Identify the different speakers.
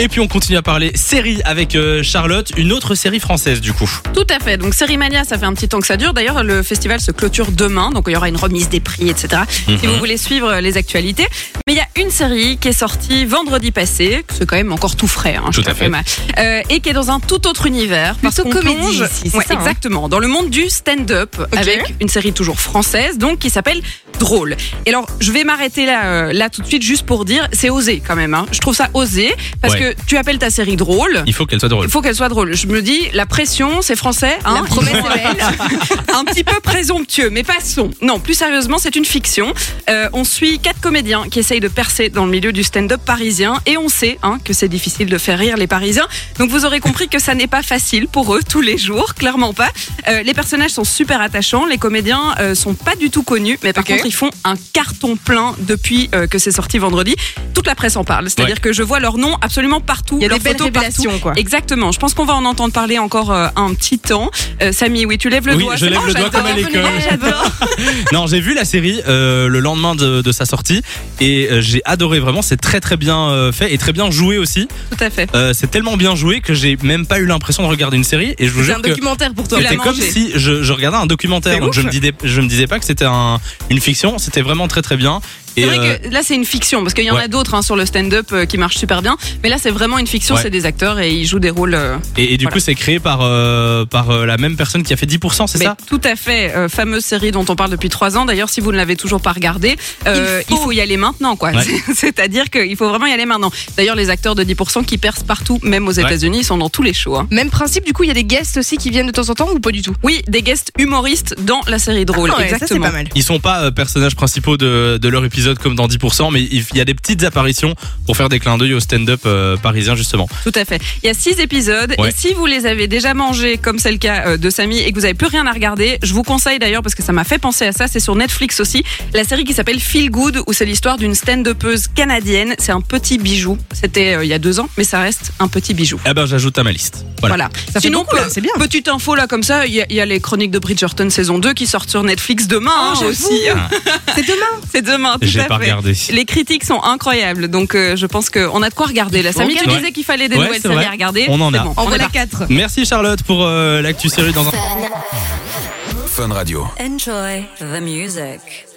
Speaker 1: Et puis on continue à parler série avec euh, Charlotte, une autre série française du coup.
Speaker 2: Tout à fait. Donc Série Mania, ça fait un petit temps que ça dure. D'ailleurs, le festival se clôture demain, donc il y aura une remise des prix, etc. Si
Speaker 1: Mhm.
Speaker 2: vous voulez suivre euh, les actualités. Mais il y a une série qui est sortie vendredi passé, c'est quand même encore tout frais, hein, je
Speaker 1: Tout à fait.
Speaker 2: confirme, euh, et qui est dans un tout autre univers. Parce
Speaker 3: Plutôt
Speaker 2: qu'on
Speaker 3: comédie
Speaker 2: plonge-
Speaker 3: ici, c'est
Speaker 2: Ouais,
Speaker 3: ça, hein
Speaker 2: exactement, dans le monde du stand-up,
Speaker 3: Ok.
Speaker 2: avec une série toujours française, donc qui s'appelle Drôle. Et alors, je vais m'arrêter là, euh, là tout de suite, juste pour dire, c'est osé quand même. hein. Je trouve ça osé parce
Speaker 1: Ouais.
Speaker 2: que tu appelles ta série Drôle.
Speaker 1: Il faut qu'elle soit drôle.
Speaker 2: Il faut qu'elle soit drôle. Je me dis, la pression, c'est français. Hein,
Speaker 3: La promesse
Speaker 2: ils sont
Speaker 3: est belle.
Speaker 2: un petit peu présomptueux, mais passons. Non, plus sérieusement, c'est une fiction. Euh, on suit quatre comédiens qui essayent de percer dans le milieu du stand-up parisien et on sait hein, que c'est difficile de faire rire les Parisiens. Donc vous aurez compris que ça n'est pas facile pour eux tous les jours, clairement pas. Euh, les personnages sont super attachants, les comédiens euh, sont pas du tout connus, mais par
Speaker 3: Ok.
Speaker 2: contre ils font un carton plein depuis euh, que c'est sorti vendredi. Toute la presse en parle, c'est-à-dire que je vois leur nom absolument partout,
Speaker 3: Il y a
Speaker 2: leurs
Speaker 3: des belles
Speaker 2: photos partout.
Speaker 3: révélations, quoi.
Speaker 2: Exactement. Je pense qu'on va en entendre parler encore euh, un petit temps. Euh, Samy, oui, tu lèves le
Speaker 1: Oui,
Speaker 2: doigt.
Speaker 1: je
Speaker 2: c'est
Speaker 1: lève
Speaker 2: bon,
Speaker 1: le doigt
Speaker 2: j'adore.
Speaker 1: comme euh, à l'école.
Speaker 2: Ah, J'adore.
Speaker 1: non, j'ai vu la série euh, le lendemain de, de sa sortie et euh, j'ai adoré vraiment. C'est très très bien euh, fait et très bien joué aussi.
Speaker 2: Tout à fait.
Speaker 1: Euh, c'est tellement bien joué que j'ai même pas eu l'impression de regarder une série et je vous
Speaker 3: C'est
Speaker 1: jure
Speaker 3: un
Speaker 1: que
Speaker 3: documentaire pour toi.
Speaker 2: Tu l'as
Speaker 1: c'était comme
Speaker 2: mangé.
Speaker 1: si je, je regardais un
Speaker 2: C'est
Speaker 1: documentaire. Donc
Speaker 2: ouf.
Speaker 1: je me disais je me disais pas que c'était un- une fiction. C'était vraiment très très bien.
Speaker 2: C'est
Speaker 1: Et, euh,
Speaker 2: vrai que là, c'est une fiction, parce qu'il y en
Speaker 1: ouais.
Speaker 2: a d'autres hein, sur le stand-up euh, qui marchent super bien. Mais là, c'est vraiment une fiction,
Speaker 1: Ouais.
Speaker 2: c'est des acteurs et ils jouent des rôles. euh,
Speaker 1: Et, et du
Speaker 2: Voilà.
Speaker 1: coup, c'est créé par, euh, par euh, la même personne qui a fait 10%, c'est
Speaker 2: mais
Speaker 1: ça
Speaker 2: Tout à fait. euh, fameuse série dont on parle depuis trois ans. D'ailleurs, si vous ne l'avez toujours pas regardée, euh, il, faut... y aller maintenant, quoi.
Speaker 1: Ouais.
Speaker 2: C'est- C'est-à-dire qu'il faut vraiment y aller maintenant. D'ailleurs, les acteurs de 10% qui percent partout, même aux
Speaker 1: Ouais.
Speaker 2: États-Unis, ils sont dans tous les shows. hein.
Speaker 3: Même principe, du coup, il y a des guests aussi qui viennent de temps en temps ou pas du tout
Speaker 2: Oui, des guests humoristes dans la série drôle.
Speaker 3: Ah ouais, ça, c'est
Speaker 2: exactement.
Speaker 3: pas mal.
Speaker 1: Ils sont pas euh, personnages principaux de, de leur épisode comme dans 10%, mais il y a des petites apparitions pour faire des clins d'œil au stand-up euh, parisien, justement.
Speaker 2: Tout à fait. Il y a six épisodes.
Speaker 1: Ouais.
Speaker 2: Et si vous les avez déjà mangés, comme c'est le cas euh, de Samy, et que vous n'avez plus rien à regarder, je vous conseille d'ailleurs, parce que ça m'a fait penser à ça, c'est sur Netflix aussi, la série qui s'appelle Feel Good, où c'est l'histoire d'une stand-upeuse canadienne. C'est un petit bijou. C'était euh, il y a deux ans, mais ça reste un petit bijou.
Speaker 1: Eh ben, j'ajoute à ma liste. Voilà.
Speaker 2: Voilà.
Speaker 3: Ça fait
Speaker 2: Sinon,
Speaker 3: beaucoup, là,
Speaker 2: pe-
Speaker 3: c'est bien.
Speaker 2: Petite info là comme ça, il y, a- il y a les chroniques de Bridgerton saison 2 qui sortent sur Netflix demain
Speaker 3: Ah,
Speaker 2: hein,
Speaker 3: j'avoue.
Speaker 2: aussi.
Speaker 3: C'est demain.
Speaker 2: C'est demain, tout
Speaker 1: J'ai
Speaker 2: à
Speaker 1: pas
Speaker 2: fait.
Speaker 1: regardé.
Speaker 2: Les critiques sont incroyables, donc euh, je pense qu'on a de quoi regarder. Là,
Speaker 3: Faut
Speaker 2: Samy, tu
Speaker 1: regarder.
Speaker 2: disais qu'il fallait des
Speaker 1: Ouais,
Speaker 2: nouvelles
Speaker 1: c'est
Speaker 2: séries
Speaker 1: vrai.
Speaker 2: à regarder.
Speaker 1: On en
Speaker 2: C'est
Speaker 1: a.
Speaker 2: bon,
Speaker 3: En
Speaker 2: on est
Speaker 3: voilà
Speaker 2: parti.
Speaker 3: 4.
Speaker 1: Merci Charlotte pour euh, l'actu série dans un.
Speaker 4: Fun Radio.
Speaker 5: Enjoy the music.